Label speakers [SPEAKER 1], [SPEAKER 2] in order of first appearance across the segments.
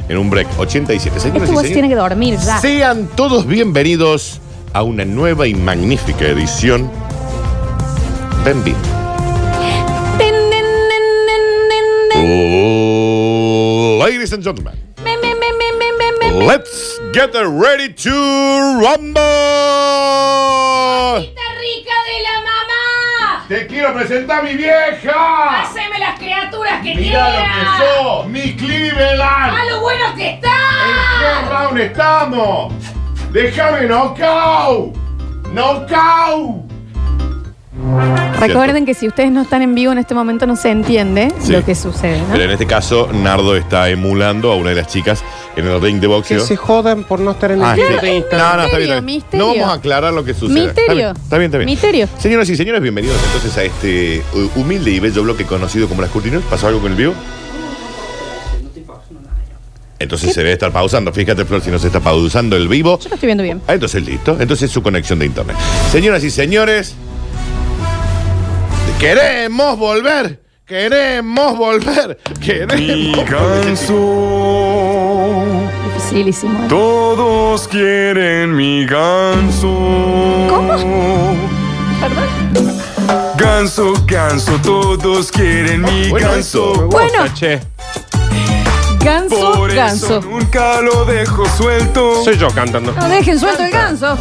[SPEAKER 1] En un break, 87. Señoras
[SPEAKER 2] Este
[SPEAKER 1] y
[SPEAKER 2] vos tiene que
[SPEAKER 1] señores,
[SPEAKER 2] dormir ya.
[SPEAKER 1] sean todos bienvenidos a una nueva y magnífica edición. Benvin.
[SPEAKER 2] Ten, nen, nen, nen, nen, nen.
[SPEAKER 1] Ladies and gentlemen,
[SPEAKER 2] Me, me, me, me, me, me, me.
[SPEAKER 1] let's get ready to rumble.
[SPEAKER 2] rica de la mamá!
[SPEAKER 1] Te quiero presentar a mi vieja.
[SPEAKER 2] ¡Haceme las criaturas que
[SPEAKER 1] Mirá lo que sos, mi Cleveland.
[SPEAKER 2] lo bueno que
[SPEAKER 1] ¿En qué
[SPEAKER 2] está!
[SPEAKER 1] round estamos? ¡Déjame knockout! ¡Knockout!
[SPEAKER 2] Recuerden que si ustedes no están en vivo en este momento no se entiende
[SPEAKER 1] Sí.
[SPEAKER 2] lo que sucede, ¿no?
[SPEAKER 1] Pero en este caso, Nardo está emulando a una de las chicas en el ring de
[SPEAKER 3] Que
[SPEAKER 1] boxeo.
[SPEAKER 3] se jodan por no estar en
[SPEAKER 1] Ah,
[SPEAKER 3] el
[SPEAKER 1] sí.
[SPEAKER 3] video de
[SPEAKER 1] No,
[SPEAKER 3] Instagram.
[SPEAKER 1] no, está bien, está bien.
[SPEAKER 2] Misterio,
[SPEAKER 1] No
[SPEAKER 2] misterio.
[SPEAKER 1] vamos a aclarar lo que sucede. Está
[SPEAKER 2] Misterio.
[SPEAKER 1] bien, Está bien, está bien.
[SPEAKER 2] Misterio.
[SPEAKER 1] Señoras y señores, bienvenidos entonces a este eh, humilde y bello bloque conocido como las cortinas. ¿Pasó algo con el vivo? Entonces se debe estar pausando. Fíjate, Flor, si no se está pausando el vivo.
[SPEAKER 2] Yo lo estoy viendo bien.
[SPEAKER 1] Ah, entonces listo. Entonces su conexión de internet. Señoras y señores, queremos volver. Queremos volver.
[SPEAKER 4] Mi
[SPEAKER 1] Queremos volver.
[SPEAKER 4] ganso,
[SPEAKER 2] Dificilísimo. ¿eh?
[SPEAKER 4] todos quieren mi ganso. ¿Cómo?
[SPEAKER 2] Perdón.
[SPEAKER 4] Ganso, ganso, todos quieren mi
[SPEAKER 1] Bueno,
[SPEAKER 4] ganso.
[SPEAKER 2] gusta, Bueno.
[SPEAKER 3] che.
[SPEAKER 2] Ganso,
[SPEAKER 4] Por
[SPEAKER 2] ganso.
[SPEAKER 4] eso nunca lo dejo suelto.
[SPEAKER 3] Soy yo cantando.
[SPEAKER 2] No dejen suelto el ganso.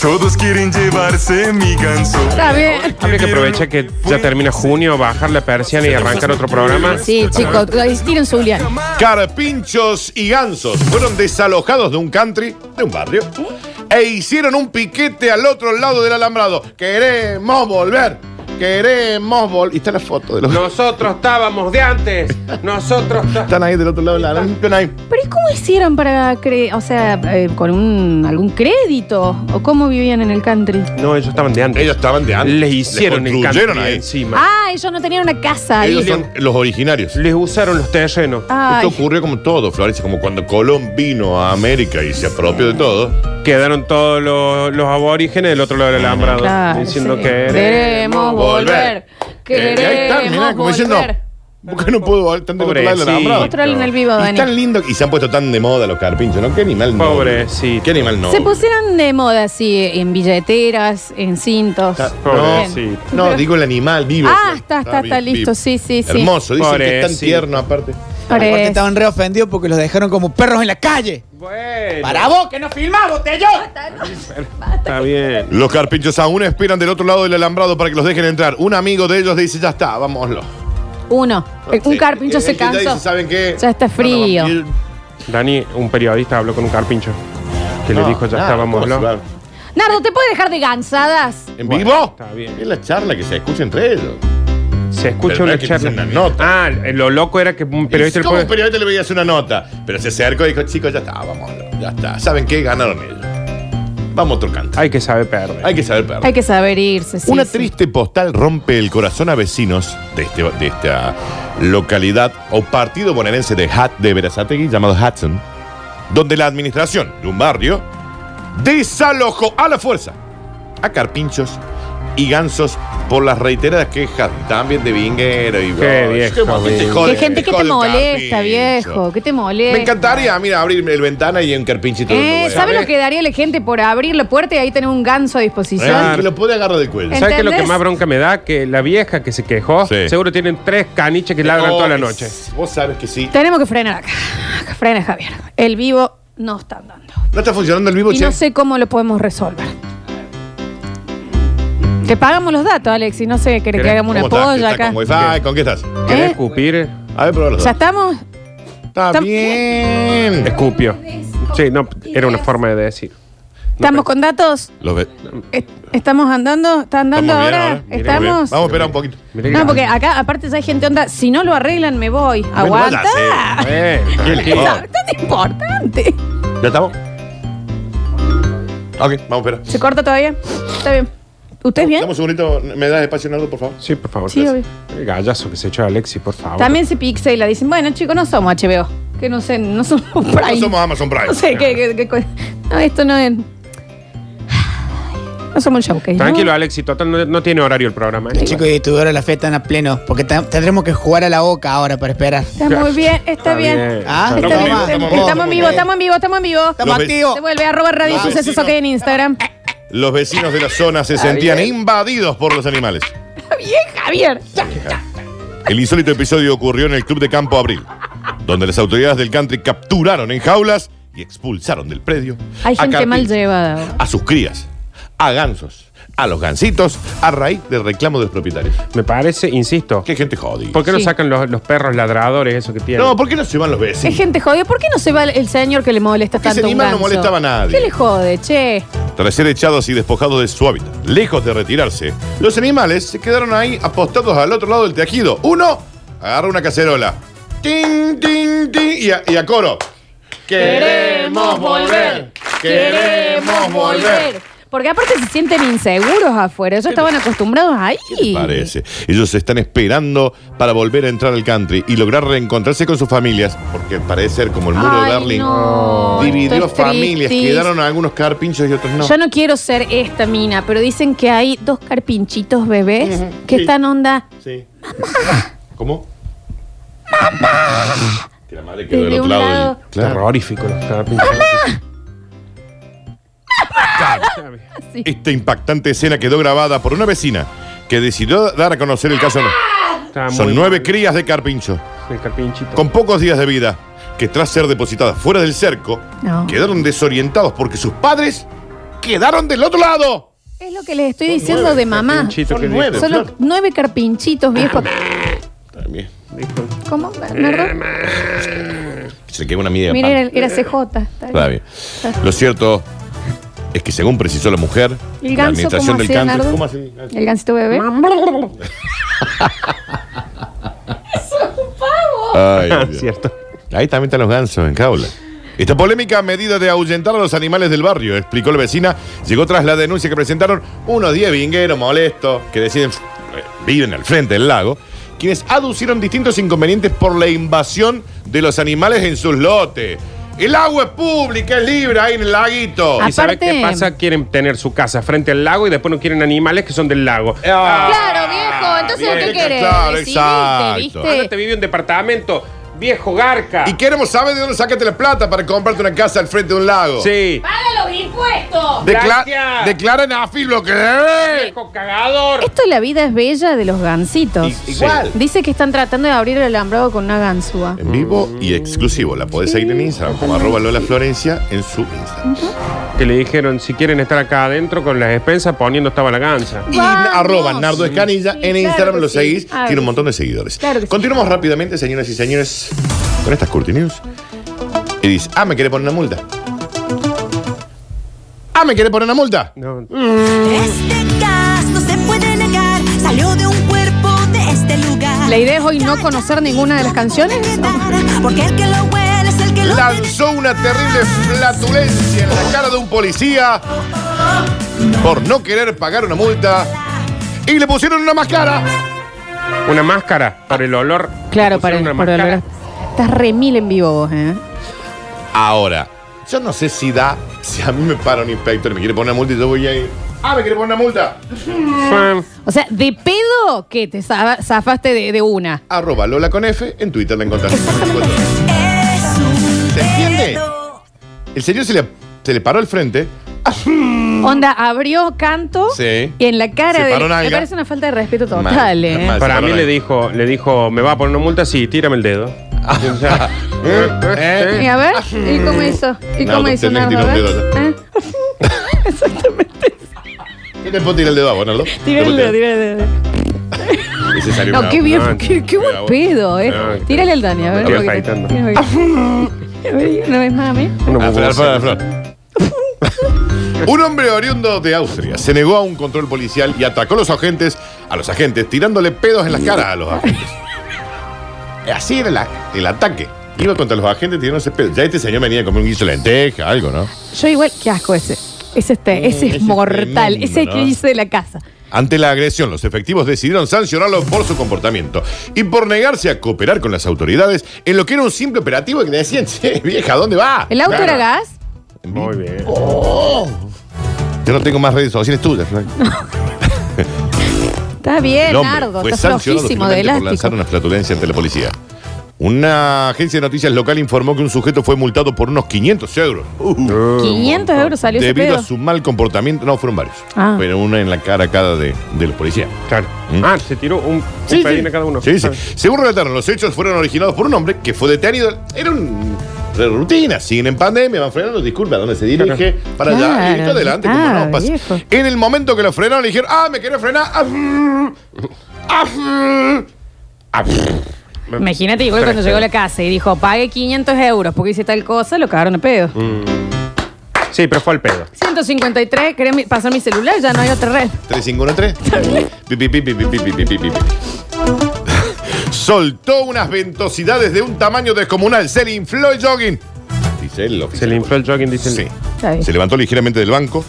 [SPEAKER 4] Todos quieren llevarse mi ganso.
[SPEAKER 2] Está bien.
[SPEAKER 3] Habría que aprovechar que ya termina junio, bajar la persiana y arrancar otro programa.
[SPEAKER 2] Sí, chicos, tiren su Julián.
[SPEAKER 1] Carpinchos y gansos fueron desalojados de un country, de un barrio, e hicieron un piquete al otro lado del alambrado. Queremos volver. Queremos volver. Y está la foto de los.
[SPEAKER 3] Nosotros estábamos de antes. Nosotros. ta-
[SPEAKER 1] Están ahí del otro lado del alambrado. Están ahí.
[SPEAKER 2] Pero ¿y cómo hicieron para, cre- o sea, eh, con un, algún crédito? ¿O cómo vivían en el country?
[SPEAKER 3] No, ellos estaban de antes.
[SPEAKER 1] Ellos estaban de antes.
[SPEAKER 3] les hicieron el
[SPEAKER 1] construyeron
[SPEAKER 3] country
[SPEAKER 1] ahí.
[SPEAKER 3] encima.
[SPEAKER 2] Ah, ellos no tenían una casa ahí.
[SPEAKER 1] Ellos son los originarios.
[SPEAKER 3] Les usaron los terrenos.
[SPEAKER 2] Ay,
[SPEAKER 1] Esto ocurrió como todo, Florencia, como cuando Colón vino a América y se apropió de todo.
[SPEAKER 3] Quedaron todos los, los aborígenes del otro lado del alambrado.
[SPEAKER 2] claro,
[SPEAKER 3] diciendo
[SPEAKER 2] sí.
[SPEAKER 3] que
[SPEAKER 2] Queremos volver.
[SPEAKER 1] Eh, y ahí están,
[SPEAKER 2] Queremos
[SPEAKER 1] mirá, como diciendo,
[SPEAKER 2] volver.
[SPEAKER 1] ¿por qué no puedo volver tanto del otro lado del alambrado?
[SPEAKER 3] Pobrecito.
[SPEAKER 2] Otro en el vivo,
[SPEAKER 1] Y tan
[SPEAKER 2] Dani.
[SPEAKER 1] lindo, y se han puesto tan de moda los carpinchos, ¿no? Qué animal no.
[SPEAKER 3] Pobrecito.
[SPEAKER 1] Qué animal no.
[SPEAKER 2] Se pusieron de moda así en billeteras, en cintos.
[SPEAKER 1] Está-
[SPEAKER 3] Pobrecito.
[SPEAKER 1] No, digo el animal vivo.
[SPEAKER 2] Ah,
[SPEAKER 1] Flor.
[SPEAKER 2] está, está, está
[SPEAKER 1] vi-
[SPEAKER 2] listo,
[SPEAKER 1] vivo.
[SPEAKER 2] sí, sí, sí.
[SPEAKER 1] Hermoso, dicen que es tan
[SPEAKER 3] Pobrecito.
[SPEAKER 1] tierno aparte.
[SPEAKER 5] Aparte
[SPEAKER 2] Parece.
[SPEAKER 5] estaban re ofendidos porque los dejaron como perros en la calle.
[SPEAKER 3] Bueno,
[SPEAKER 5] Para vos, que no filmás, botellón.
[SPEAKER 3] está bien.
[SPEAKER 1] Los carpinchos aún esperan del otro lado del alambrado para que los dejen entrar. Un amigo de ellos dice, ya está, vámonos.
[SPEAKER 2] Uno. El- Un
[SPEAKER 1] Sí,
[SPEAKER 2] carpincho
[SPEAKER 1] el
[SPEAKER 2] se
[SPEAKER 1] que ya dice,
[SPEAKER 2] cansó.
[SPEAKER 1] ¿Saben qué?
[SPEAKER 2] Ya está frío.
[SPEAKER 1] No, no,
[SPEAKER 3] Dani, un periodista habló con un carpincho que le
[SPEAKER 1] no,
[SPEAKER 3] dijo ya
[SPEAKER 1] nada,
[SPEAKER 3] estábamos,
[SPEAKER 1] ¿cómo se
[SPEAKER 3] ¿no?
[SPEAKER 1] va?
[SPEAKER 2] Nardo, ¿te puede dejar de gansadas?
[SPEAKER 1] ¿En
[SPEAKER 3] Bueno,
[SPEAKER 1] vivo?
[SPEAKER 3] está bien.
[SPEAKER 1] Es la charla que se escucha entre ellos.
[SPEAKER 3] Se escucha
[SPEAKER 1] Pero no
[SPEAKER 3] una
[SPEAKER 1] es que
[SPEAKER 3] charla.
[SPEAKER 1] te hacen una nota.
[SPEAKER 3] Ah, lo loco era que un
[SPEAKER 1] Pero
[SPEAKER 3] periodista le
[SPEAKER 1] ¿Cómo un
[SPEAKER 3] puede-
[SPEAKER 1] periodista le voy a hacer una nota? Pero se acercó y dijo, chicos, ya está, vamos, ya está. ¿Saben qué? Ganaron ellos. Vamos a otro canto.
[SPEAKER 3] Hay que saber perder.
[SPEAKER 1] Hay que saber perder.
[SPEAKER 2] Hay que saber irse. sí,
[SPEAKER 1] Una
[SPEAKER 2] sí.
[SPEAKER 1] triste postal rompe el corazón a vecinos de, este- de esta localidad o partido bonaerense de, Hat, de Verazategui llamado Hudson, donde la administración de un barrio desalojó a la fuerza a carpinchos y gansos por las reiteradas quejas también de vinguero y
[SPEAKER 3] Qué viejo,
[SPEAKER 1] Qué maldito
[SPEAKER 3] viejo.
[SPEAKER 1] hijo de-
[SPEAKER 2] Qué gente que
[SPEAKER 1] hijo
[SPEAKER 2] te
[SPEAKER 1] de
[SPEAKER 2] molesta,
[SPEAKER 1] carpincho.
[SPEAKER 2] viejo. Que te molesta.
[SPEAKER 1] Me encantaría, mira, abrir el ventana y un carpinchito.
[SPEAKER 2] Eh, ¿Sabes lo que daría la gente por abrir la puerta y ahí tener un ganso a disposición?
[SPEAKER 3] Claro.
[SPEAKER 1] Que lo puede agarrar del cuello.
[SPEAKER 2] Eh,
[SPEAKER 3] ¿Sabes qué es lo que
[SPEAKER 2] ¿Entendés?
[SPEAKER 3] más bronca me da? Que la vieja que se quejó,
[SPEAKER 1] Sí.
[SPEAKER 3] seguro tienen tres caniches que ladran
[SPEAKER 1] Oh,
[SPEAKER 3] toda la
[SPEAKER 1] es-
[SPEAKER 3] noche.
[SPEAKER 1] Vos sabes que sí.
[SPEAKER 2] Tenemos que frenar acá. Acá Frena, Javier. El vivo no está andando.
[SPEAKER 1] ¿No está funcionando el vivo,
[SPEAKER 2] Y
[SPEAKER 1] che?
[SPEAKER 2] no sé cómo lo podemos resolver. Te pagamos los datos, Alex, y no sé, ¿querés que
[SPEAKER 3] ¿Querés?
[SPEAKER 2] hagamos una
[SPEAKER 1] ¿Cómo estás?
[SPEAKER 2] polla
[SPEAKER 1] ¿Estás
[SPEAKER 2] acá?
[SPEAKER 1] ¿Con Wi-Fi? ¿Con qué estás?
[SPEAKER 3] ¿Querés
[SPEAKER 2] ¿Eh?
[SPEAKER 3] escupir?
[SPEAKER 1] A ver, probarlo.
[SPEAKER 2] ¿Ya estamos?
[SPEAKER 1] Está
[SPEAKER 2] tam-
[SPEAKER 1] bien.
[SPEAKER 3] Escupio. Sí, no, era una forma de decir.
[SPEAKER 2] ¿Estamos con datos?
[SPEAKER 1] Lo ve-
[SPEAKER 2] ¿Est- ¿Estamos andando? ¿Está andando
[SPEAKER 1] ¿Estamos bien
[SPEAKER 2] ahora?
[SPEAKER 1] ahora? Bien,
[SPEAKER 2] ¿Estamos?
[SPEAKER 1] Vamos a esperar un poquito.
[SPEAKER 3] Mirá que-
[SPEAKER 2] No, porque acá, aparte, ya hay gente onda. Si no lo arreglan, me voy. Aguanta.
[SPEAKER 1] váyase.
[SPEAKER 3] Eh,
[SPEAKER 1] Ah.
[SPEAKER 3] tranquilo.
[SPEAKER 2] Es tan importante.
[SPEAKER 1] ¿Ya estamos? Ok, vamos a esperar.
[SPEAKER 2] ¿Se corta todavía? Está bien. ¿Ustedes bien?
[SPEAKER 1] Dame un segundito. ¿Me das espacio, Nardo, por favor?
[SPEAKER 3] Sí, por favor.
[SPEAKER 2] Sí,
[SPEAKER 3] gracias. El gallazo que se echó Alexis, por favor.
[SPEAKER 2] También se pixela y la dicen, bueno, chicos, no somos HBO. Que no sé, no somos Prime.
[SPEAKER 1] No somos Amazon Prime.
[SPEAKER 2] No sé, qué, qué- qué co- No, esto no es. No somos el showcase. ¿no?
[SPEAKER 3] Tranquilo, Alexis, total, no, no tiene horario el programa. ¿eh?
[SPEAKER 5] Chicos, y tu hora la fiesta están a pleno. Porque te- tendremos que jugar a la boca ahora para esperar.
[SPEAKER 2] Está muy bien, está, bien.
[SPEAKER 5] Ah,
[SPEAKER 2] Está
[SPEAKER 1] Estamos
[SPEAKER 2] bien,
[SPEAKER 1] en vivo,
[SPEAKER 2] está-
[SPEAKER 1] estamos en vivo,
[SPEAKER 2] estamos en vivo, estamos en vivo, estamos en vivo.
[SPEAKER 5] Estamos
[SPEAKER 1] Los ve-
[SPEAKER 5] activos.
[SPEAKER 2] Se vuelve arroba radio
[SPEAKER 1] Los
[SPEAKER 2] sucesos
[SPEAKER 1] vecinos.
[SPEAKER 2] ok en Instagram.
[SPEAKER 1] Los vecinos de la zona se sentían invadidos por los animales.
[SPEAKER 2] Está bien, Javier. Ya, ya.
[SPEAKER 1] El insólito episodio ocurrió en el Club de Campo Abril, donde las autoridades del country capturaron en jaulas y expulsaron del predio
[SPEAKER 2] Hay
[SPEAKER 1] a
[SPEAKER 2] gente mal
[SPEAKER 1] carpinchos,
[SPEAKER 2] llevada.
[SPEAKER 1] a sus crías, a gansos, a los gansitos, a raíz del reclamo de los propietarios.
[SPEAKER 3] Me parece, insisto.
[SPEAKER 1] Qué gente jodida.
[SPEAKER 3] ¿Por qué no
[SPEAKER 2] Sí.
[SPEAKER 3] sacan los, los perros ladradores, eso que tienen?
[SPEAKER 1] No, ¿por qué no se van los
[SPEAKER 2] Es
[SPEAKER 1] vecinos?
[SPEAKER 2] gente jodida. ¿Por qué no se va el- el señor que le molesta
[SPEAKER 1] Ese
[SPEAKER 2] tanto un
[SPEAKER 1] animal no
[SPEAKER 2] ganso?
[SPEAKER 1] molestaba a nadie.
[SPEAKER 2] ¿Qué le jode, che?
[SPEAKER 1] Tras ser echados y despojados de su hábitat, lejos de retirarse, los animales se quedaron ahí apostados al otro lado del tejido. Uno agarra una cacerola. Ting, ting, ting. Y a, y a coro.
[SPEAKER 2] Queremos volver. Queremos volver. Porque aparte se sienten inseguros afuera. Ellos estaban acostumbrados ahí.
[SPEAKER 1] Parece. Ellos están esperando para volver a entrar al country y lograr reencontrarse con sus familias, porque parece ser como el muro
[SPEAKER 2] Ay,
[SPEAKER 1] de Berlín Oh.
[SPEAKER 2] no, esto
[SPEAKER 1] dividió
[SPEAKER 2] es
[SPEAKER 1] familias,
[SPEAKER 2] tristis.
[SPEAKER 1] quedaron algunos carpinchos y otros no.
[SPEAKER 2] Yo no quiero ser esta mina, pero dicen que hay dos carpinchitos bebés
[SPEAKER 1] Ujú,
[SPEAKER 2] que
[SPEAKER 1] sí.
[SPEAKER 2] están onda
[SPEAKER 1] Sí. ¿Cómo? Que la madre quedó del
[SPEAKER 2] desde
[SPEAKER 1] otro
[SPEAKER 2] un
[SPEAKER 1] lado. del-
[SPEAKER 2] lado.
[SPEAKER 1] Claro.
[SPEAKER 3] Terrorífico los carpinchos.
[SPEAKER 1] Esta impactante escena quedó grabada por una vecina que decidió dar a conocer el caso.
[SPEAKER 3] Está Ah, muy
[SPEAKER 1] Son nueve
[SPEAKER 3] mal
[SPEAKER 1] crías de carpincho.
[SPEAKER 3] El carpinchito.
[SPEAKER 1] con pocos días de vida, que tras ser depositadas fuera del cerco,
[SPEAKER 2] No.
[SPEAKER 1] quedaron desorientados porque sus padres quedaron del otro lado.
[SPEAKER 2] Es lo que les estoy diciendo de mamá.
[SPEAKER 3] Carpinchito
[SPEAKER 1] Son
[SPEAKER 3] que dijo.
[SPEAKER 1] nueve.
[SPEAKER 2] Son los nueve carpinchitos viejos.
[SPEAKER 1] Ah, También.
[SPEAKER 3] Dijo,
[SPEAKER 2] ¿Cómo?
[SPEAKER 1] eh,
[SPEAKER 2] ¿Perdón?
[SPEAKER 1] Se le quedó una media de
[SPEAKER 2] Mira,
[SPEAKER 1] pan.
[SPEAKER 2] era, era CJ. está bien.
[SPEAKER 1] Está bien. Lo cierto es que según precisó la mujer,
[SPEAKER 2] ¿Y el
[SPEAKER 1] la
[SPEAKER 2] ganso
[SPEAKER 1] administración
[SPEAKER 2] cómo
[SPEAKER 1] del
[SPEAKER 2] hacía,
[SPEAKER 1] cáncer...
[SPEAKER 2] Nardo?
[SPEAKER 1] ¿Cómo así?
[SPEAKER 2] El gansito bebé.
[SPEAKER 1] Ay, Dios.
[SPEAKER 3] Cierto.
[SPEAKER 1] Ahí también están los gansos en jaula. Esta polémica medida de ahuyentar a los animales del barrio, explicó la vecina, llegó tras la denuncia que presentaron unos 10 vingueros molestos que deciden eh, viven al frente del lago, quienes aducieron distintos inconvenientes por la invasión de los animales en sus lotes. El agua es pública, es libre ahí en el laguito.
[SPEAKER 2] Ah,
[SPEAKER 3] ¿Y sabes
[SPEAKER 2] Aparte-
[SPEAKER 3] qué pasa? Quieren tener su casa frente al lago y después no quieren animales que son del lago.
[SPEAKER 1] Ah,
[SPEAKER 2] Claro, viejo. Entonces,
[SPEAKER 1] bien,
[SPEAKER 2] ¿qué querés?
[SPEAKER 1] Claro,
[SPEAKER 2] Decidite,
[SPEAKER 1] exacto.
[SPEAKER 2] ¿viste?
[SPEAKER 3] te vive un departamento, viejo garca.
[SPEAKER 1] Y queremos saber de dónde sacaste la plata para comprarte una casa al frente de un lago.
[SPEAKER 3] Sí.
[SPEAKER 2] ¡Paga los impuestos!
[SPEAKER 1] Decla-
[SPEAKER 3] Gracias.
[SPEAKER 1] declara en AFI lo que debe.
[SPEAKER 3] Viejo cagador.
[SPEAKER 2] Esto es la vida es bella de los gansitos.
[SPEAKER 1] I- Igual.
[SPEAKER 2] Dice que están tratando de abrir el alambrado con una ganzúa.
[SPEAKER 1] En vivo y exclusivo. La podés seguir en Instagram como arroba Lola Florencia en su Instagram.
[SPEAKER 3] Que le dijeron, si quieren estar acá adentro con las expensas, poniendo estaba la ganza.
[SPEAKER 1] Y
[SPEAKER 2] Vamos.
[SPEAKER 1] arroba Nardo Escanilla
[SPEAKER 2] Sí,
[SPEAKER 1] en
[SPEAKER 2] claro
[SPEAKER 1] Instagram
[SPEAKER 2] que
[SPEAKER 1] lo
[SPEAKER 2] sí.
[SPEAKER 1] seguís.
[SPEAKER 2] Claro
[SPEAKER 1] Tiene
[SPEAKER 2] que
[SPEAKER 1] un montón de seguidores.
[SPEAKER 2] Claro que sí.
[SPEAKER 1] Continuamos rápidamente, señoras y señores, con estas Curti News. Y dice, ah, me quiere poner una multa. Ah, me quiere poner una multa.
[SPEAKER 3] No,
[SPEAKER 6] Este gas no se puede negar, salió de un cuerpo de este lugar.
[SPEAKER 2] La idea es hoy no conocer ninguna de las canciones. ¿no?
[SPEAKER 6] Porque el que lo huele es el que lo
[SPEAKER 1] Lanzó una terrible flatulencia en la cara de un policía por no querer pagar una multa y le pusieron una máscara.
[SPEAKER 3] Una máscara por el olor.
[SPEAKER 2] Claro,
[SPEAKER 3] Pusieron
[SPEAKER 2] para
[SPEAKER 3] una
[SPEAKER 2] para
[SPEAKER 3] máscara.
[SPEAKER 2] lograr- Estás remil en vivo vos, ¿eh?
[SPEAKER 1] Ahora, yo no sé si da, si a mí me para un inspector y me quiere poner una multa y yo voy ahí. Ah, me quiere poner una multa.
[SPEAKER 2] O sea, de pedo que te za- zafaste de, de una.
[SPEAKER 1] Arroba Lola con F, en Twitter la encontrás.
[SPEAKER 6] Es un
[SPEAKER 1] ¿Se entiende?
[SPEAKER 6] dedo.
[SPEAKER 1] El señor se le, se le paró al frente.
[SPEAKER 2] Onda, abrió canto
[SPEAKER 1] Sí.
[SPEAKER 2] y en la cara
[SPEAKER 1] Se
[SPEAKER 2] de.
[SPEAKER 1] paró
[SPEAKER 2] Me
[SPEAKER 1] nalga.
[SPEAKER 2] parece una falta de respeto total,
[SPEAKER 1] Mal,
[SPEAKER 2] ¿eh?
[SPEAKER 1] mal.
[SPEAKER 3] Para mí le dijo, le dijo, me va a poner una multa, sí, tírame el dedo. O sea, eh, eh,
[SPEAKER 2] Y a ver, ¿y cómo hizo? ¿Y
[SPEAKER 1] Nardo,
[SPEAKER 2] cómo hizo
[SPEAKER 1] Ah.
[SPEAKER 2] Nardo?
[SPEAKER 1] tenés que
[SPEAKER 2] A
[SPEAKER 1] tirar un
[SPEAKER 2] ver.
[SPEAKER 1] dedo
[SPEAKER 2] ¿Eh?
[SPEAKER 1] Yo te puedo tirar el dedo a vos, Nardo.
[SPEAKER 2] Tira el dedo,
[SPEAKER 1] Te
[SPEAKER 2] tira el dedo.
[SPEAKER 1] puedo tirar. Y se salió
[SPEAKER 2] No,
[SPEAKER 1] una-
[SPEAKER 2] qué bien,
[SPEAKER 3] no,
[SPEAKER 2] qué, qué buen
[SPEAKER 1] bravo.
[SPEAKER 2] pedo, ¿eh?
[SPEAKER 3] No, que-
[SPEAKER 2] Tírale al Dani, a
[SPEAKER 3] me
[SPEAKER 2] ver.
[SPEAKER 3] estoy
[SPEAKER 2] porque-
[SPEAKER 3] afeitando.
[SPEAKER 2] Tira, porque- A ver, Una vez más a mí.
[SPEAKER 3] una
[SPEAKER 1] Ah, Flor,
[SPEAKER 3] bubosa.
[SPEAKER 1] Flor, Flor. Un hombre oriundo de Austria se negó a un control policial y atacó a los agentes, a los agentes, tirándole pedos en las caras a los agentes. Así era la- el ataque. Iba contra los agentes tirándose pedos. Ya este señor venía a comer un guiso de lenteja, algo, ¿no?
[SPEAKER 2] Yo igual, qué asco ese. Ese, este, ese es
[SPEAKER 1] ese es
[SPEAKER 2] mortal,
[SPEAKER 1] tremendo,
[SPEAKER 2] ese es que
[SPEAKER 1] ¿no?
[SPEAKER 2] hice de la casa.
[SPEAKER 1] Ante la agresión, los efectivos decidieron sancionarlo por su comportamiento y por negarse a cooperar con las autoridades en lo que era un simple operativo que decían, che, vieja, ¿a ¿dónde va?
[SPEAKER 2] ¿El auto era
[SPEAKER 1] Claro.
[SPEAKER 2] gas?
[SPEAKER 3] Muy bien.
[SPEAKER 1] Yo no tengo más redes sociales tuyas, Frank.
[SPEAKER 2] Está bien,
[SPEAKER 1] El hombre
[SPEAKER 2] Nardo,
[SPEAKER 1] fue
[SPEAKER 2] está
[SPEAKER 1] sancionado
[SPEAKER 2] flojísimo de
[SPEAKER 1] finalmente por
[SPEAKER 2] elástico.
[SPEAKER 1] lanzar una flatulencia ante la policía. Una agencia de noticias local informó que un sujeto fue multado por unos 500 euros
[SPEAKER 3] Oh.
[SPEAKER 2] 500 euros salió ese
[SPEAKER 1] debido a
[SPEAKER 2] pedo.
[SPEAKER 1] su mal comportamiento. No, fueron varios.
[SPEAKER 2] Ah.
[SPEAKER 1] Pero una en la cara a cada de, de los policías.
[SPEAKER 3] Claro.
[SPEAKER 1] ¿Mm?
[SPEAKER 3] Ah, se tiró un, un pedín a cada uno.
[SPEAKER 1] Sí, sí.
[SPEAKER 3] Ah.
[SPEAKER 1] Según relataron, los hechos fueron originados por un hombre que fue detenido. Era un de rutina, siguen en pandemia, van frenando, disculpa, ¿dónde se dirige? Para allá,
[SPEAKER 2] Claro.
[SPEAKER 1] y esto adelante, como
[SPEAKER 2] Ah,
[SPEAKER 1] no pasa.
[SPEAKER 2] viejo.
[SPEAKER 1] En el momento que lo frenaron, le dijeron, ah, me quería frenar. Ah, mm, ah, mm".
[SPEAKER 3] Ah.
[SPEAKER 2] Imagínate, igual cuando llegó a la casa y dijo, pague 500 euros porque hice tal cosa, lo cagaron a pedo.
[SPEAKER 1] Mm.
[SPEAKER 3] Sí, pero fue al pedo.
[SPEAKER 2] 153, ¿querés mi- pasar mi celular? Ya no hay otra red.
[SPEAKER 1] 3513. Pi, pi, pi, pi, pi, pi, pi, pi, pi. Soltó unas ventosidades de un tamaño descomunal. Se le infló el jogging. Dice el
[SPEAKER 3] Se
[SPEAKER 1] oficial.
[SPEAKER 3] le infló el jogging, dice el-
[SPEAKER 1] Sí.
[SPEAKER 2] Está bien.
[SPEAKER 1] Se levantó ligeramente del banco,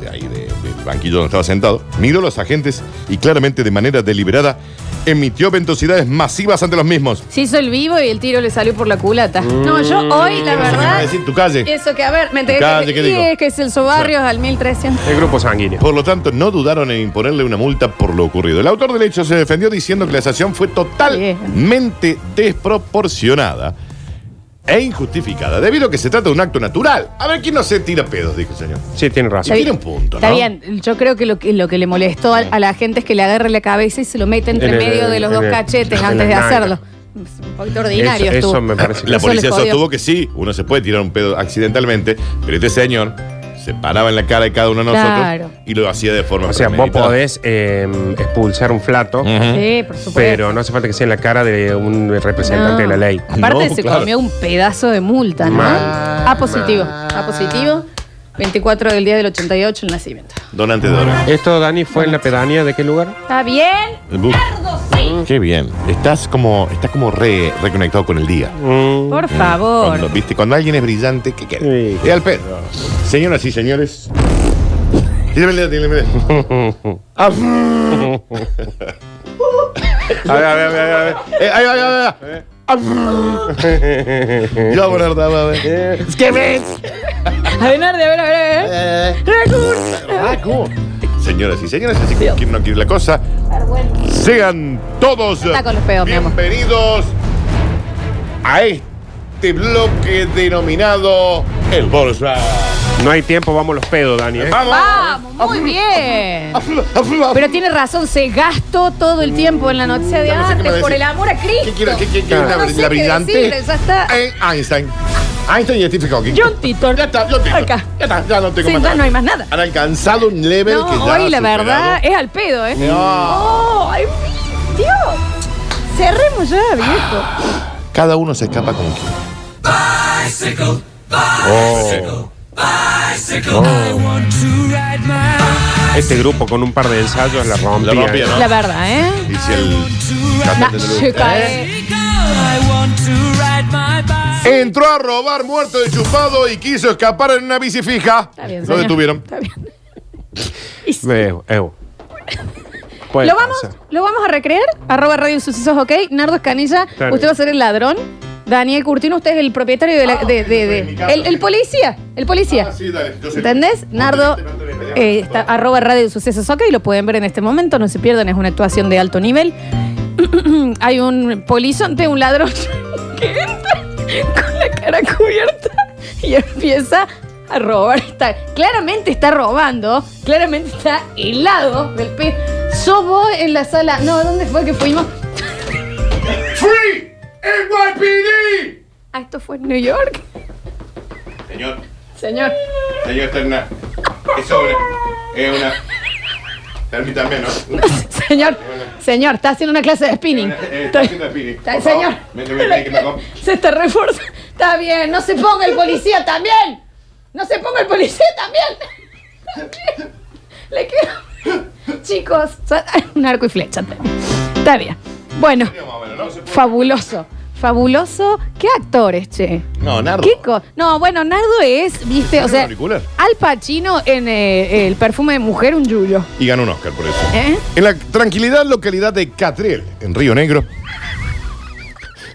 [SPEAKER 1] de ahí de- del banquillo donde estaba sentado, miró a los agentes y claramente de manera deliberada emitió ventosidades masivas ante los mismos.
[SPEAKER 2] Se hizo el vivo y el tiro le salió por la culata. No, yo hoy, la
[SPEAKER 1] ¿Qué me va a
[SPEAKER 2] verdad.
[SPEAKER 1] decir tu calle?
[SPEAKER 2] Eso que, a ver, me enteré
[SPEAKER 1] Calle,
[SPEAKER 2] que,
[SPEAKER 1] ¿qué digo?
[SPEAKER 2] y es que es el sobarrio al 1300.
[SPEAKER 3] El grupo sanguíneo.
[SPEAKER 1] Por lo tanto, no dudaron en imponerle una multa por lo ocurrido. El autor del hecho se defendió diciendo que la sanción fue totalmente desproporcionada e injustificada, debido a que se trata de un acto natural. A ver, ¿quién no se tira pedos? Dijo el señor.
[SPEAKER 3] Sí, tiene razón.
[SPEAKER 1] Sí. tiene un punto,
[SPEAKER 2] Está
[SPEAKER 1] ¿no?
[SPEAKER 2] bien, yo creo que lo, que lo que le molestó a, a la gente es que le agarre la cabeza y se lo mete entre
[SPEAKER 3] En el-
[SPEAKER 2] medio de los
[SPEAKER 3] en
[SPEAKER 2] dos
[SPEAKER 3] el-
[SPEAKER 2] cachetes
[SPEAKER 3] en
[SPEAKER 2] antes
[SPEAKER 3] el
[SPEAKER 2] de
[SPEAKER 3] nalga.
[SPEAKER 2] hacerlo. Es un poquito ordinario
[SPEAKER 3] Eso-
[SPEAKER 2] estuvo.
[SPEAKER 3] eso me parece-
[SPEAKER 1] La
[SPEAKER 2] Eso
[SPEAKER 1] policía
[SPEAKER 2] les jodió.
[SPEAKER 1] sostuvo que sí, uno se puede tirar un pedo accidentalmente, pero este señor se paraba en la cara de cada uno de nosotros
[SPEAKER 2] Claro.
[SPEAKER 1] y lo hacía de forma
[SPEAKER 3] O sea, vos
[SPEAKER 1] premeditada.
[SPEAKER 3] podés eh, expulsar un flato,
[SPEAKER 2] Sí, por supuesto.
[SPEAKER 3] pero no hace falta que sea en la cara de un representante de
[SPEAKER 2] No.
[SPEAKER 3] la ley.
[SPEAKER 2] Aparte
[SPEAKER 1] No,
[SPEAKER 2] se
[SPEAKER 1] claro.
[SPEAKER 2] comió un pedazo de multa, ¿no?
[SPEAKER 3] Mal.
[SPEAKER 2] A positivo. A positivo. 24 del día del 88 el nacimiento.
[SPEAKER 1] Donante de órganos.
[SPEAKER 3] ¿Esto, Dani, fue en la pedanía de qué lugar?
[SPEAKER 2] ¿Está bien?
[SPEAKER 1] Uf, Qué bien. Estás como, estás como re- reconectado con el día.
[SPEAKER 3] Mm,
[SPEAKER 2] Por
[SPEAKER 1] Cuando,
[SPEAKER 2] favor.
[SPEAKER 1] ¿viste? Cuando alguien es brillante, ¿qué quiere?
[SPEAKER 3] Sí.
[SPEAKER 1] Y al pedo. Señoras y señores. Tírame el dedo, tírame el dedo. Ah.
[SPEAKER 3] A ver, a ver, a ver. a ver.
[SPEAKER 1] Eh, ahí va, ahí va, ahí va. Yo voy a poner, a ver.
[SPEAKER 2] A ver, Nardi, a ver, a ver, a ver.
[SPEAKER 1] Ah, ¿Cómo? Señoras y señores, así que quien no quiere la cosa, sean todos
[SPEAKER 2] Está con los pedos, mi amor.
[SPEAKER 1] bienvenidos a este bloque denominado El Bolsa.
[SPEAKER 3] No hay tiempo, vamos los pedos, Dani. ¿eh?
[SPEAKER 2] Vamos, muy bien. Pero tiene razón, se gastó todo el tiempo en la noticia de
[SPEAKER 1] Mm, Ya no sé qué me
[SPEAKER 2] arte por
[SPEAKER 1] decís.
[SPEAKER 2] el amor a Cristo.
[SPEAKER 1] ¿Qué quiero? ¿Qué, qué, qué,
[SPEAKER 2] No
[SPEAKER 1] la,
[SPEAKER 2] sé
[SPEAKER 1] la
[SPEAKER 2] qué
[SPEAKER 1] brillante?
[SPEAKER 2] decirles, ya está.
[SPEAKER 1] Eh, Einstein. Einstein y Stephen Hawking.
[SPEAKER 2] John Titor.
[SPEAKER 1] Ya está, John Titor.
[SPEAKER 2] Acá.
[SPEAKER 1] Ya está, ya no tengo
[SPEAKER 2] Sí,
[SPEAKER 1] más
[SPEAKER 2] ya
[SPEAKER 1] nada.
[SPEAKER 2] no hay más nada.
[SPEAKER 1] Han alcanzado un level que
[SPEAKER 2] No,
[SPEAKER 1] ya
[SPEAKER 2] hoy la
[SPEAKER 1] ha superado.
[SPEAKER 2] verdad es al pedo, ¿eh?
[SPEAKER 1] No.
[SPEAKER 2] Oh, ay, mi Dios. Cerremos ya, viejo.
[SPEAKER 1] Cada uno se escapa como quiere. Oh,
[SPEAKER 3] Este grupo con un par de ensayos la rompía.
[SPEAKER 1] Ah. La rompía, ¿no?
[SPEAKER 2] La verdad, ¿eh?
[SPEAKER 1] Y si el
[SPEAKER 2] La
[SPEAKER 1] cantante de luz-
[SPEAKER 2] chica,
[SPEAKER 1] ¿Eh?
[SPEAKER 2] ¿eh?
[SPEAKER 1] Entró a robar muerto de chupado y quiso escapar en una bici fija.
[SPEAKER 2] Está bien,
[SPEAKER 1] Lo
[SPEAKER 2] señor.
[SPEAKER 1] detuvieron.
[SPEAKER 2] Está bien.
[SPEAKER 3] Evo, Evo. Puede
[SPEAKER 2] ¿Lo vamos,
[SPEAKER 3] pasar.
[SPEAKER 2] ¿Lo vamos a recrear? Arroba Radio Sucesos, ok. Nardo Escanilla,
[SPEAKER 3] bien.
[SPEAKER 2] usted va a ser el ladrón. Daniel Curtino, usted es el propietario de la.
[SPEAKER 1] Ah,
[SPEAKER 2] de- de- de-
[SPEAKER 1] mi casa.
[SPEAKER 2] el, el policía, el policía.
[SPEAKER 1] Ah, sí, dale, yo sé.
[SPEAKER 2] ¿Entendés? Nardo, eh, está, arroba radio sucesos, ok, lo pueden ver en este momento, no se pierdan, es una actuación de alto nivel. Hay un polizonte, un ladrón que entra con la cara cubierta y empieza a robar. Está- claramente está robando, claramente está helado del pez. Sos vos en la sala, no, ¿dónde fue que fuimos?
[SPEAKER 1] ¡Free! ¡NYPD!
[SPEAKER 2] Ah, esto fue en New York,
[SPEAKER 1] Señor,
[SPEAKER 2] señor.
[SPEAKER 1] señor Terna. Es sobre. Es una. Permítame, ¿no?
[SPEAKER 2] Señor, señor, está haciendo una clase de spinning.
[SPEAKER 1] Eh,
[SPEAKER 2] Está-
[SPEAKER 1] haciendo spinning.
[SPEAKER 2] está-
[SPEAKER 1] Por favor,
[SPEAKER 2] señor,
[SPEAKER 1] me- me- me- que me acom-
[SPEAKER 2] se está reforzando. Está bien, no se ponga el policía también. No se ponga el policía también. Le quedo. Chicos, sa- un arco y flecha. Está bien. Bueno, fabuloso. Fabuloso. ¿Qué actores, che?
[SPEAKER 1] No, Nardo.
[SPEAKER 2] ¿Qué co- no, bueno, Nardo es, viste, o
[SPEAKER 1] ¿Tiene un
[SPEAKER 2] sea,
[SPEAKER 1] auricular?
[SPEAKER 2] Al Pacino en eh, el perfume de mujer, un yuyo.
[SPEAKER 1] Y ganó un Oscar por eso.
[SPEAKER 2] ¿Eh?
[SPEAKER 1] En la tranquilidad localidad de Catriel, en Río Negro,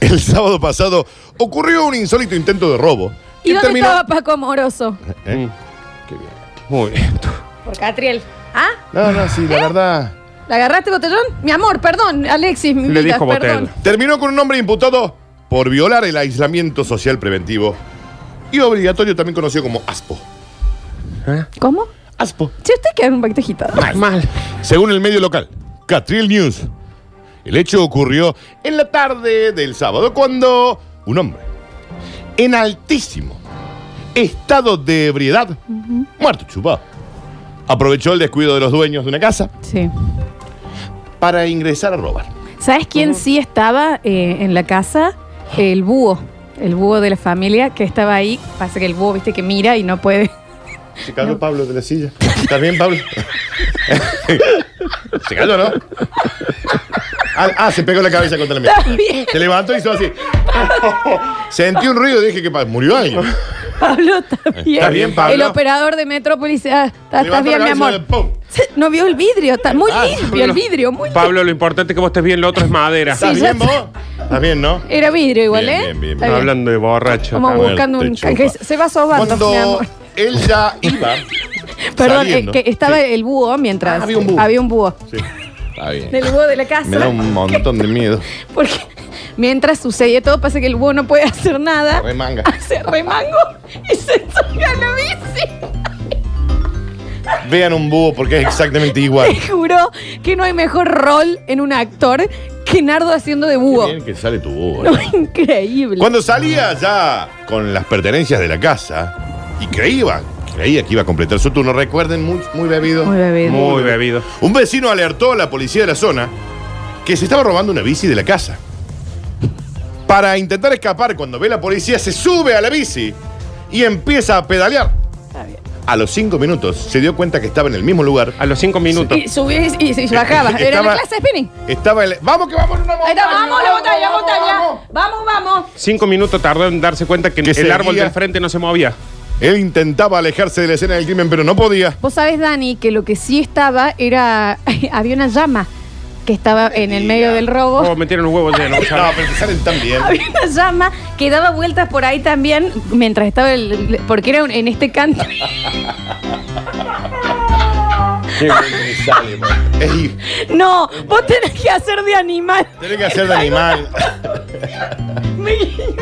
[SPEAKER 1] el sábado pasado ocurrió un insólito intento de robo.
[SPEAKER 2] ¿Y
[SPEAKER 1] que
[SPEAKER 2] dónde
[SPEAKER 1] terminó-
[SPEAKER 2] estaba Paco Amoroso?
[SPEAKER 1] ¿Eh?
[SPEAKER 3] Muy bien.
[SPEAKER 2] Por Catriel. ¿Ah?
[SPEAKER 1] No, no, sí, la verdad.
[SPEAKER 2] ¿La agarraste, Botellón? Mi amor, perdón, Alexis, mi
[SPEAKER 3] Le
[SPEAKER 2] vida,
[SPEAKER 3] dijo
[SPEAKER 2] perdón.
[SPEAKER 1] Terminó con un hombre imputado por violar el aislamiento social preventivo y obligatorio, también conocido como ASPO.
[SPEAKER 2] ¿Cómo?
[SPEAKER 1] ASPO.
[SPEAKER 2] Che, usted queda en un paquete agitado.
[SPEAKER 3] Mal.
[SPEAKER 1] Según el medio local, Catriel News, el hecho ocurrió en la tarde del sábado cuando un hombre en altísimo estado de ebriedad, muerto chupado, aprovechó el descuido de los dueños de una casa
[SPEAKER 2] Sí.
[SPEAKER 1] para ingresar a robar.
[SPEAKER 2] ¿Sabes quién sí estaba eh, en la casa? El búho. El búho de la familia que estaba ahí. Pasa que el búho, viste, que mira y no puede.
[SPEAKER 1] Se cayó Pablo de la silla. ¿Estás bien, Pablo? se cayó, ¿no? Ah, ah, se pegó la cabeza contra la mesa.
[SPEAKER 2] Está bien.
[SPEAKER 1] Se levantó y hizo así. Sentí un ruido y dije que pa- murió alguien.
[SPEAKER 2] Pablo, está bien.
[SPEAKER 1] Está bien, Pablo.
[SPEAKER 2] El operador de Metrópolis. ah, está-
[SPEAKER 1] Levantó la
[SPEAKER 2] estás bien, mi
[SPEAKER 1] cabeza y
[SPEAKER 2] amor.
[SPEAKER 1] le- ¡pum!
[SPEAKER 2] Se- No vio el vidrio. Está muy
[SPEAKER 1] Ah,
[SPEAKER 2] limpio el vidrio. Muy
[SPEAKER 3] Pablo, lo importante es que vos estés bien, lo otro es madera.
[SPEAKER 1] ¿Estás
[SPEAKER 2] Sí, ya
[SPEAKER 1] bien vos? ¿Estás bien, no?
[SPEAKER 2] limpio. Era vidrio igual,
[SPEAKER 1] Bien,
[SPEAKER 2] ¿eh?
[SPEAKER 1] bien, bien,
[SPEAKER 2] Está
[SPEAKER 1] bien.
[SPEAKER 3] Hablando de borracho.
[SPEAKER 2] Como
[SPEAKER 3] también.
[SPEAKER 2] buscando un
[SPEAKER 1] Muerte,
[SPEAKER 2] que
[SPEAKER 1] chupa.
[SPEAKER 2] se va sobando, mi
[SPEAKER 1] Cuando
[SPEAKER 2] amor.
[SPEAKER 1] él ya iba.
[SPEAKER 2] Perdón,
[SPEAKER 1] saliendo-
[SPEAKER 2] eh, que estaba
[SPEAKER 1] Sí,
[SPEAKER 2] el búho mientras.
[SPEAKER 1] Ah, había un búho.
[SPEAKER 2] búho.
[SPEAKER 1] Está bien.
[SPEAKER 2] Del búho de la casa.
[SPEAKER 1] Me da un montón de miedo.
[SPEAKER 2] Porque mientras sucede todo, pasa que el búho no puede hacer nada.
[SPEAKER 1] Remanga.
[SPEAKER 2] Hace remango y se sube a la bici.
[SPEAKER 1] Vean un búho porque es exactamente igual.
[SPEAKER 2] Te juro que no hay mejor rol en un actor que Nardo haciendo de
[SPEAKER 1] Qué
[SPEAKER 2] búho.
[SPEAKER 1] bien que sale tu búho.
[SPEAKER 2] No,
[SPEAKER 1] eh.
[SPEAKER 2] increíble.
[SPEAKER 1] Cuando salía ya con las pertenencias de la casa y creía, creía que iba a completar su turno, recuerden, muy, muy bebido.
[SPEAKER 2] Muy bebido.
[SPEAKER 3] Muy bebido.
[SPEAKER 1] Un vecino alertó a la policía de la zona que se estaba robando una bici de la casa. Para intentar escapar, cuando ve la policía, se sube a la bici y empieza a pedalear. A los cinco minutos se dio cuenta que estaba en el mismo lugar.
[SPEAKER 3] A los cinco minutos.
[SPEAKER 2] Y subía y, y- y bajaba. Era
[SPEAKER 1] Estaba-
[SPEAKER 2] la clase de spinning.
[SPEAKER 1] Estaba el. ¡Vamos que vamos en una
[SPEAKER 2] Ahí
[SPEAKER 1] montaña!
[SPEAKER 2] está, vamos, la montaña, la montaña.
[SPEAKER 1] vamos!
[SPEAKER 2] Vamos, vamos.
[SPEAKER 3] Cinco minutos tardó en darse cuenta que,
[SPEAKER 1] Que
[SPEAKER 3] el
[SPEAKER 1] seguía.
[SPEAKER 3] árbol del frente no se movía.
[SPEAKER 1] Él intentaba alejarse de la escena del crimen, pero no podía.
[SPEAKER 2] Vos sabés, Dani, que lo que sí estaba era. Había una llama que estaba en el medio del robo.
[SPEAKER 3] Oh, metieron un huevo lleno.
[SPEAKER 1] No,
[SPEAKER 3] ¿sabes?
[SPEAKER 1] pero que salen tan bien.
[SPEAKER 2] Había una llama que daba vueltas por ahí también mientras estaba el. el- porque era un- en este canto.
[SPEAKER 1] Qué bien que sale, man. Ey,
[SPEAKER 2] No, vos tenés que hacer de animal.
[SPEAKER 1] Tenés que hacer de animal.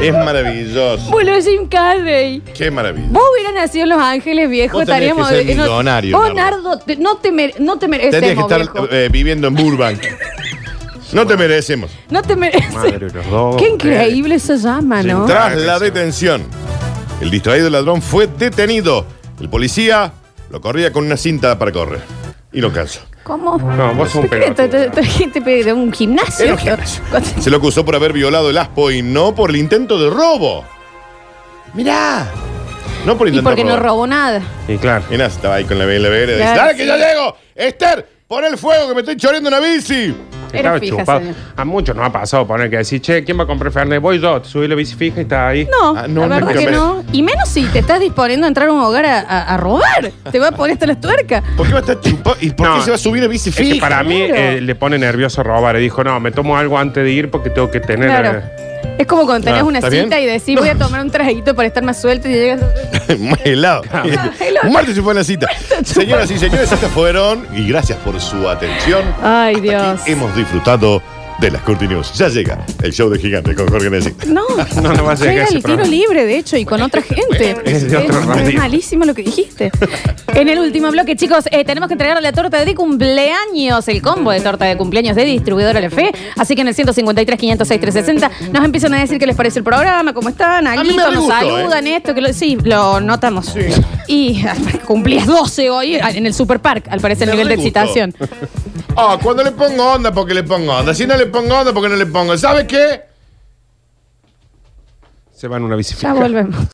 [SPEAKER 1] Es maravilloso.
[SPEAKER 2] Boludo, Jim Carrey.
[SPEAKER 1] Qué maravilla.
[SPEAKER 2] Vos hubieras nacido en Los Ángeles, viejo,
[SPEAKER 1] Vos tenés
[SPEAKER 2] estaríamos.
[SPEAKER 1] que ser
[SPEAKER 2] eh, no-
[SPEAKER 1] millonario,
[SPEAKER 2] Vos,
[SPEAKER 1] Nardo.
[SPEAKER 2] Nardo, te- no, te mere- no te mereces.
[SPEAKER 1] Tendrías que estar
[SPEAKER 2] viejo.
[SPEAKER 1] eh, viviendo en Burbank. No te merecemos.
[SPEAKER 2] no te mereces.
[SPEAKER 3] Madre, los dos.
[SPEAKER 1] eh,
[SPEAKER 2] Qué increíble esa llama, ¿no?
[SPEAKER 3] Jim
[SPEAKER 1] Tras la detención, el distraído ladrón fue detenido. El policía lo corría con una cinta para correr. Y lo cansó.
[SPEAKER 2] ¿Cómo?
[SPEAKER 3] No, vos sos un
[SPEAKER 2] ¿Por qué
[SPEAKER 3] pelotudo.
[SPEAKER 2] te- te- te- gente de un gimnasio?
[SPEAKER 1] Era un gimnasio. Se lo acusó por haber violado el aspo y no por el intento de robo. Mirá. No por
[SPEAKER 2] Y
[SPEAKER 1] intentar
[SPEAKER 2] porque no
[SPEAKER 1] robar.
[SPEAKER 2] robó nada.
[SPEAKER 3] Y claro.
[SPEAKER 1] Y nada, estaba ahí con la BLBR. Dice,
[SPEAKER 2] Claro,
[SPEAKER 1] ¡Dale que
[SPEAKER 2] sí.
[SPEAKER 1] yo llego! ¡Esther! ¡Pon el fuego que me estoy choreando una bici!
[SPEAKER 2] Era
[SPEAKER 3] Estaba
[SPEAKER 2] fija,
[SPEAKER 3] chupado.
[SPEAKER 2] señor.
[SPEAKER 3] A muchos nos ha pasado poner que decir, che, ¿quién va a comprar Fernet? Voy yo, subí la bici fija y está ahí.
[SPEAKER 2] No,
[SPEAKER 1] Ah, no,
[SPEAKER 2] la verdad
[SPEAKER 1] nunca
[SPEAKER 2] que
[SPEAKER 1] me-
[SPEAKER 2] no. Y menos si te estás disponiendo a entrar a un hogar a, a- a robar. Te va a poner hasta las tuercas.
[SPEAKER 1] ¿Por qué va a estar chupado? ¿Y por
[SPEAKER 3] No,
[SPEAKER 1] qué se va a subir a bici
[SPEAKER 3] Es que
[SPEAKER 1] fija?
[SPEAKER 3] para mí
[SPEAKER 2] claro.
[SPEAKER 3] eh, le pone nervioso robar. Y dijo, no, me tomo algo antes de ir porque tengo que tener.
[SPEAKER 2] Claro.
[SPEAKER 3] eh,
[SPEAKER 2] Es como cuando tenés
[SPEAKER 1] Ah,
[SPEAKER 2] una
[SPEAKER 1] ¿está
[SPEAKER 2] cita
[SPEAKER 1] bien?
[SPEAKER 2] y decís, voy a tomar un traguito para estar más suelto y llegas.
[SPEAKER 1] Muy helado.
[SPEAKER 2] helado.
[SPEAKER 1] Un martes se fue a la cita. Señoras y señores, estas fueron. Y gracias por su atención.
[SPEAKER 2] Ay,
[SPEAKER 1] Hasta
[SPEAKER 2] Dios.
[SPEAKER 1] aquí hemos disfrutado de las Curti News. Ya llega el show de gigante con Jorge Nessi.
[SPEAKER 2] No,
[SPEAKER 3] No, no va a llegar
[SPEAKER 2] llega
[SPEAKER 3] ese
[SPEAKER 2] el tiro
[SPEAKER 3] programa.
[SPEAKER 2] libre, de hecho, y con otra gente.
[SPEAKER 3] Es de otro radio.
[SPEAKER 2] malísimo lo que dijiste. En el último bloque, chicos, eh, tenemos que entregar la torta de cumpleaños, el combo de torta de cumpleaños de distribuidora La Fe. Así que en el 153, 506, 360 nos empiezan a decir qué les parece el programa, cómo están,
[SPEAKER 1] mí me ¿eh?
[SPEAKER 2] Alito, nos
[SPEAKER 1] gustó,
[SPEAKER 2] saludan, esto, que lo, sí, lo notamos. Y cumplías 12 hoy en el Superpark, al parecer el
[SPEAKER 1] Me
[SPEAKER 2] nivel de
[SPEAKER 1] re gustó.
[SPEAKER 2] excitación.
[SPEAKER 1] Ah, cuando le pongo onda, porque le pongo onda. Si no le pongo onda, porque no le pongo. ¿Sabe qué?
[SPEAKER 3] Se van una
[SPEAKER 2] Ya
[SPEAKER 3] bicicleta.
[SPEAKER 2] volvemos.